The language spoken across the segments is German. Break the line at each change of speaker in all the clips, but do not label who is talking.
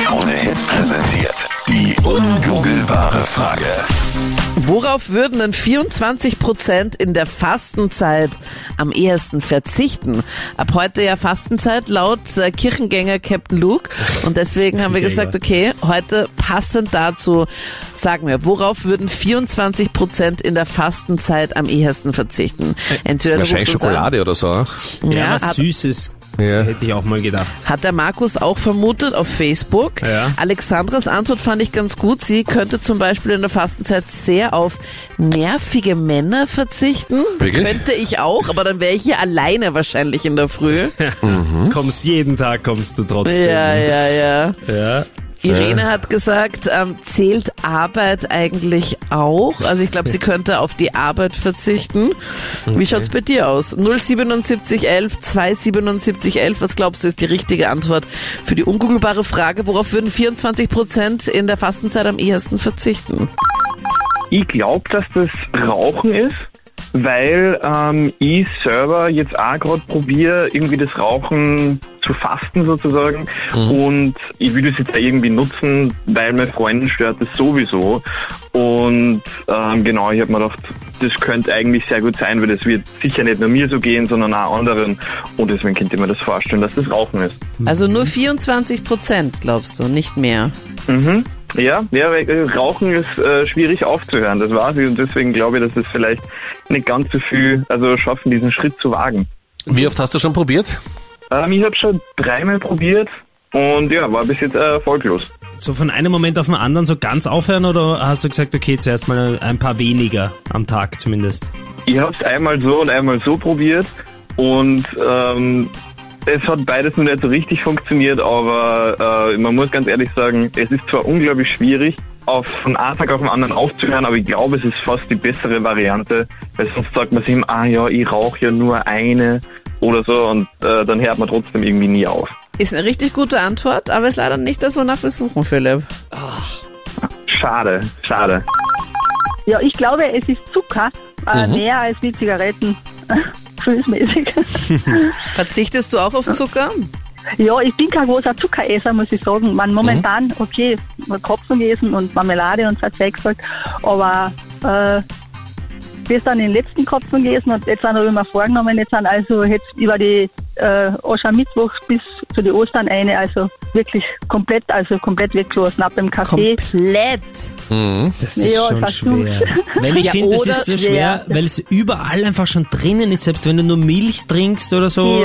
Krone Hits präsentiert. Die ungoogelbare Frage.
Worauf würden denn 24 Prozent in der Fastenzeit am ehesten verzichten? Ab heute ja Fastenzeit laut äh, Kirchengänger Captain Luke. Und deswegen haben wir gesagt, okay, heute passend dazu, sagen wir, worauf würden 24 Prozent in der Fastenzeit am ehesten verzichten? Entweder du
Wahrscheinlich
rufst uns an.
Schokolade oder so. ne?
Ja,
Ja,
hat-
was Süßes
Ja.
hätte ich auch mal gedacht.
Hat der Markus auch vermutet auf Facebook.
Ja.
Alexandras Antwort fand ich ganz gut. Sie könnte zum Beispiel in der Fastenzeit sehr auf nervige Männer verzichten.
Wirklich?
Könnte ich auch, aber dann wäre ich hier alleine wahrscheinlich in der Früh.
Kommst jeden Tag, kommst du trotzdem.
ja, ja, ja.
Ja.
Irene hat gesagt, ähm, zählt Arbeit eigentlich auch? Also ich glaube, sie könnte auf die Arbeit verzichten. Wie schaut's bei dir aus? 07711 27711, was glaubst du ist die richtige Antwort für die ungoogelbare Frage, worauf würden 24 Prozent in der Fastenzeit am ehesten verzichten?
Ich glaube, dass das Rauchen ist, weil ähm, ich selber jetzt auch gerade probiere, irgendwie das Rauchen zu fasten sozusagen. Und ich will das jetzt auch irgendwie nutzen, weil meine Freundin stört das sowieso. Und ähm, genau, ich habe mir gedacht, das könnte eigentlich sehr gut sein, weil das wird sicher nicht nur mir so gehen, sondern auch anderen. Und deswegen könnte ich mir das vorstellen, dass das Rauchen ist.
Also nur 24 Prozent, glaubst du, nicht mehr.
Mhm. Ja, ja, weil äh, Rauchen ist äh, schwierig aufzuhören, das weiß ich. Und deswegen glaube ich, dass es vielleicht nicht ganz so viel, also schaffen, diesen Schritt zu wagen.
Wie oft hast du schon probiert?
Ähm, ich habe schon dreimal probiert und ja, war bis jetzt äh, erfolglos.
So von einem Moment auf den anderen so ganz aufhören oder hast du gesagt, okay, zuerst mal ein paar weniger am Tag zumindest?
Ich habe es einmal so und einmal so probiert und ähm, es hat beides noch nicht so richtig funktioniert, aber äh, man muss ganz ehrlich sagen, es ist zwar unglaublich schwierig, auf von einem Tag auf den anderen aufzuhören, aber ich glaube, es ist fast die bessere Variante, weil sonst sagt man sich immer, ah ja, ich rauche ja nur eine oder so und äh, dann hört man trotzdem irgendwie nie auf.
Ist eine richtig gute Antwort, aber ist leider nicht das, wonach wir suchen, Philipp.
Schade, schade.
Ja, ich glaube, es ist Zucker, äh,
Mhm.
mehr als wie Zigaretten. Gefühlsmäßig.
Verzichtest du auch auf Zucker?
ja, ich bin kein großer Zuckeresser, muss ich sagen.
Mhm.
Man, momentan, okay, Kopfen essen und Marmelade und so hat gesagt, aber äh, gestern den letzten Kopfen gegessen und jetzt habe ich mir vorgenommen, jetzt sind also jetzt über die äh, Aschermittwoch bis zu den Ostern eine, also wirklich komplett, also komplett weggelassen, ab dem Kaffee.
Komplett.
Das
ist Ja, schon fast schwer.
schwer. Weil ich
Ja,
finde, das
oder-
ist so
Ja,
schwer,
ja.
weil es überall einfach schon drinnen ist, selbst wenn du nur Milch trinkst oder so.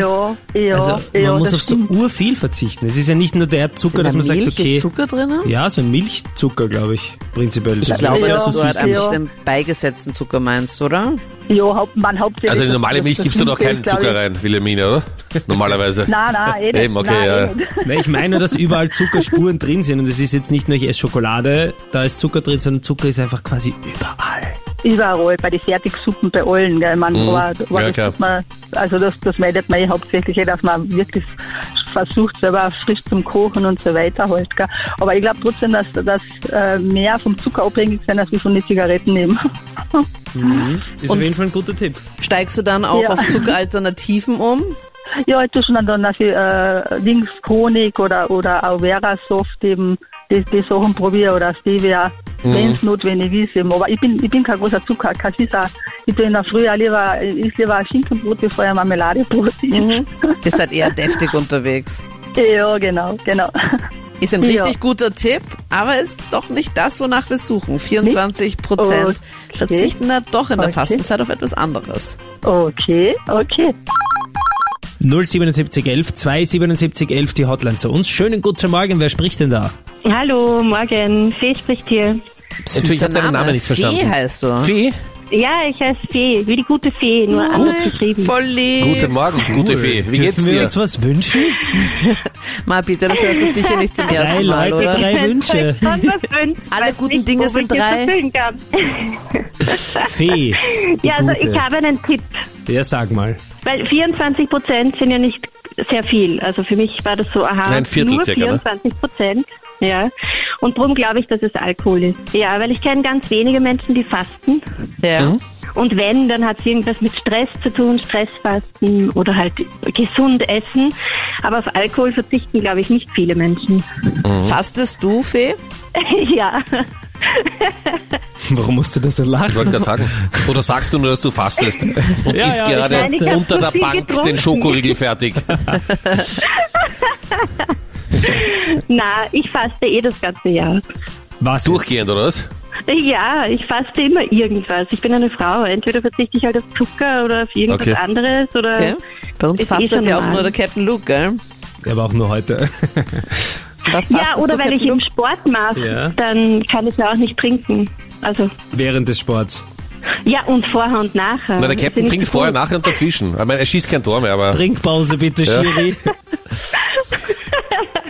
Ja, ja,
also man
ja,
muss
das
auf so
stimmt.
urviel verzichten. Es ist ja nicht nur der Zucker, dass man
Milch
sagt, okay.
ist Zucker drinnen?
Ja, so ein Milchzucker, glaube ich, prinzipiell.
Ich glaube,
Ja,
dass du dort
ja.
einfach den beigesetzten Zucker meinst, oder?
Ja, haupt, man hauptsächlich.
Also in die normale Milch gibst du doch keinen
Das ist, glaub
Zucker
ich,
rein, Wilhelmine, oder? Normalerweise.
Nein, nein, eh nicht.
Eben, okay,
nein,
ja.
eh nicht.
Na, ich meine, dass überall Zuckerspuren drin sind und es ist jetzt nicht nur, ich esse Schokolade, da ist Zucker drin, sondern Zucker ist einfach quasi überall.
Überall, bei den Fertigsuppen, bei allen. Gell, man, aber,
Mhm. ja,
aber das
klar.
tut man, also das, das meldet man eh hauptsächlich, eh, dass man wirklich versucht, selber frisch zum Kochen und so weiter halt. Gell. Aber ich glaube trotzdem, dass, dass äh, mehr vom Zucker abhängig sind, als wir von den Zigaretten nehmen.
Ist auf jeden Fall ein guter Tipp.
Steigst du dann auch
Ja.
auf Zuckeralternativen um?
ja, ich tue schon dann, dass ich äh, Dings, Honig oder, oder Auvera-Soft eben die, die Sachen probiere oder Stevia, wenn es notwendig ist. Eben. Aber ich bin, ich bin kein großer Zucker, kein Süßer. Ich tue in der Früh auch lieber, ich lieber ein Schinkenbrot, bevor ich ein Marmeladebrot mhm.
Ihr seid eher deftig unterwegs.
Ja, genau, genau.
Ist ein
Ja.
richtig guter Tipp, aber ist doch nicht das, wonach wir suchen. 24 Prozent
Okay.
verzichten da doch in der
Okay.
Fastenzeit auf etwas anderes.
Okay, okay.
07711 27711 die Hotline zu uns. Schönen guten Morgen, wer spricht denn da?
Hallo, morgen. Fee spricht hier.
Entschuldigung, ich
Süßer
habe deinen Namen nicht verstanden.
Fee heißt du.
Fee,
Ja, ich heiße Fee, wie die gute Fee, nur anders geschrieben.
Voll lieb.
guten Morgen, gute Fee. Wie geht's
Dürfen wir
dir?
uns was wünschen?
Mal bitte, das hörst du sicher nicht zum
Drei
ersten Mal,
Leute,
oder?
drei Wünsche.
Sonst was wünschen,
Alle
weiß
guten
nicht,
Dinge
wo
sind
ich das
drei.
erfüllen Kann.
Fee. die
Ja, also
Gute.
ich habe einen Tipp,
Ja, sag mal.
weil 24 Prozent sind ja nicht sehr viel. Also für mich war das so, aha,
Ein Viertel
nur
circa, ne?
24 Prozent. Ja,
Hm?
und darum glaube ich, dass es Alkohol ist. Ja, weil ich kenne ganz wenige Menschen, die fasten.
Ja.
Und wenn, dann hat es irgendwas mit Stress zu tun, Stressfasten oder halt gesund essen. Aber auf Alkohol verzichten, glaube ich, nicht viele Menschen.
Hm?
Fastest du, Fee?
ja.
Warum musst du da so
Ich
lachen?
wollte gerade sagen. Oder sagst du nur, dass du fastest und
Ja,
isst
ja, ich
gerade
faste. Nein, ich hab
unter
zu
der
viel
Bank
getrunken.
den Schokoriegel fertig?
Na, ich faste eh das ganze Jahr.
Was?
Durchgehend, oder was?
Ja, ich faste immer irgendwas. Ich bin eine Frau. Entweder verzichte ich halt auf Zucker oder auf irgendwas
Okay.
anderes oder
Okay. Bei uns
Ist eh schon
fastet ja auch
normal.
nur der Captain Luke, gell?
jetzt? Aber auch nur heute.
Was
Ja,
fastest
oder
du, um?
weil ich
Captain
im
Luke?
Sport mache,
Ja.
dann kann ich ja auch nicht trinken. Also,
Während des Sports.
ja, und vorher und nachher.
Na, der
Also
Captain
nicht
trinkt
so
vorher,
gut.
nachher und dazwischen. Ich meine, er schießt kein Tor mehr, aber
Trinkpause bitte,
Ja.
Schiri.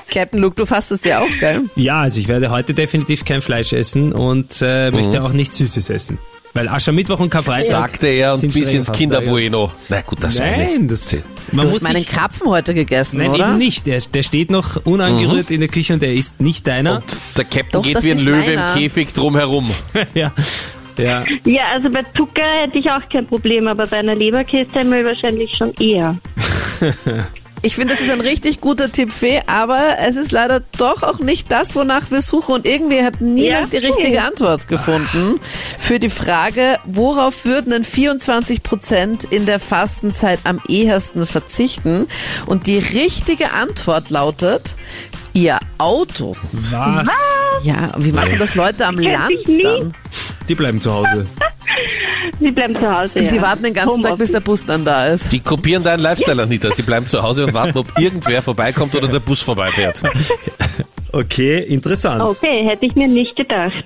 Captain Luke, du fastest ja auch, gell?
Ja, also ich werde heute definitiv kein Fleisch essen und äh,
Mhm.
möchte auch nichts Süßes essen. Weil Aschermittwoch und Karfreitag.
sagte er und
sind
bis
streng
ins
fast
Kinderbueno. Na gut, das
da, ja.
eine.
Nein, das. Man
Du
muss
hast meinen
sich,
Krapfen heute gegessen,
Nein,
oder?
eben nicht. Der, der steht noch unangerührt in der Küche und der ist nicht deiner.
Und der Captain
Doch,
geht
das
wie ein
ist
Löwe
meiner.
im Käfig drumherum.
ja. Ja.
Ja, also bei Zucker hätte ich auch kein Problem, aber bei einer Leberkässemmel wahrscheinlich schon eher.
Ich finde, das ist ein richtig guter Tipp, Fee, aber es ist leider doch auch nicht das, wonach wir suchen. Und irgendwie hat niemand
Ja,
die richtige
okay.
Antwort gefunden für die Frage, worauf würden denn 24 Prozent in der Fastenzeit am ehesten verzichten? Und die richtige Antwort lautet ihr Auto.
Was?
Ja, wie machen das Leute am
Kennt
Land
sich nie.
dann?
Die bleiben zu Hause.
Sie bleiben zu Hause. Ja.
Die warten den ganzen Tag, bis der Bus dann da ist.
Die kopieren deinen Lifestyle, Anita. Sie bleiben zu Hause und warten, ob irgendwer vorbeikommt oder der Bus vorbeifährt.
Okay, interessant.
Okay, hätte ich mir nicht gedacht.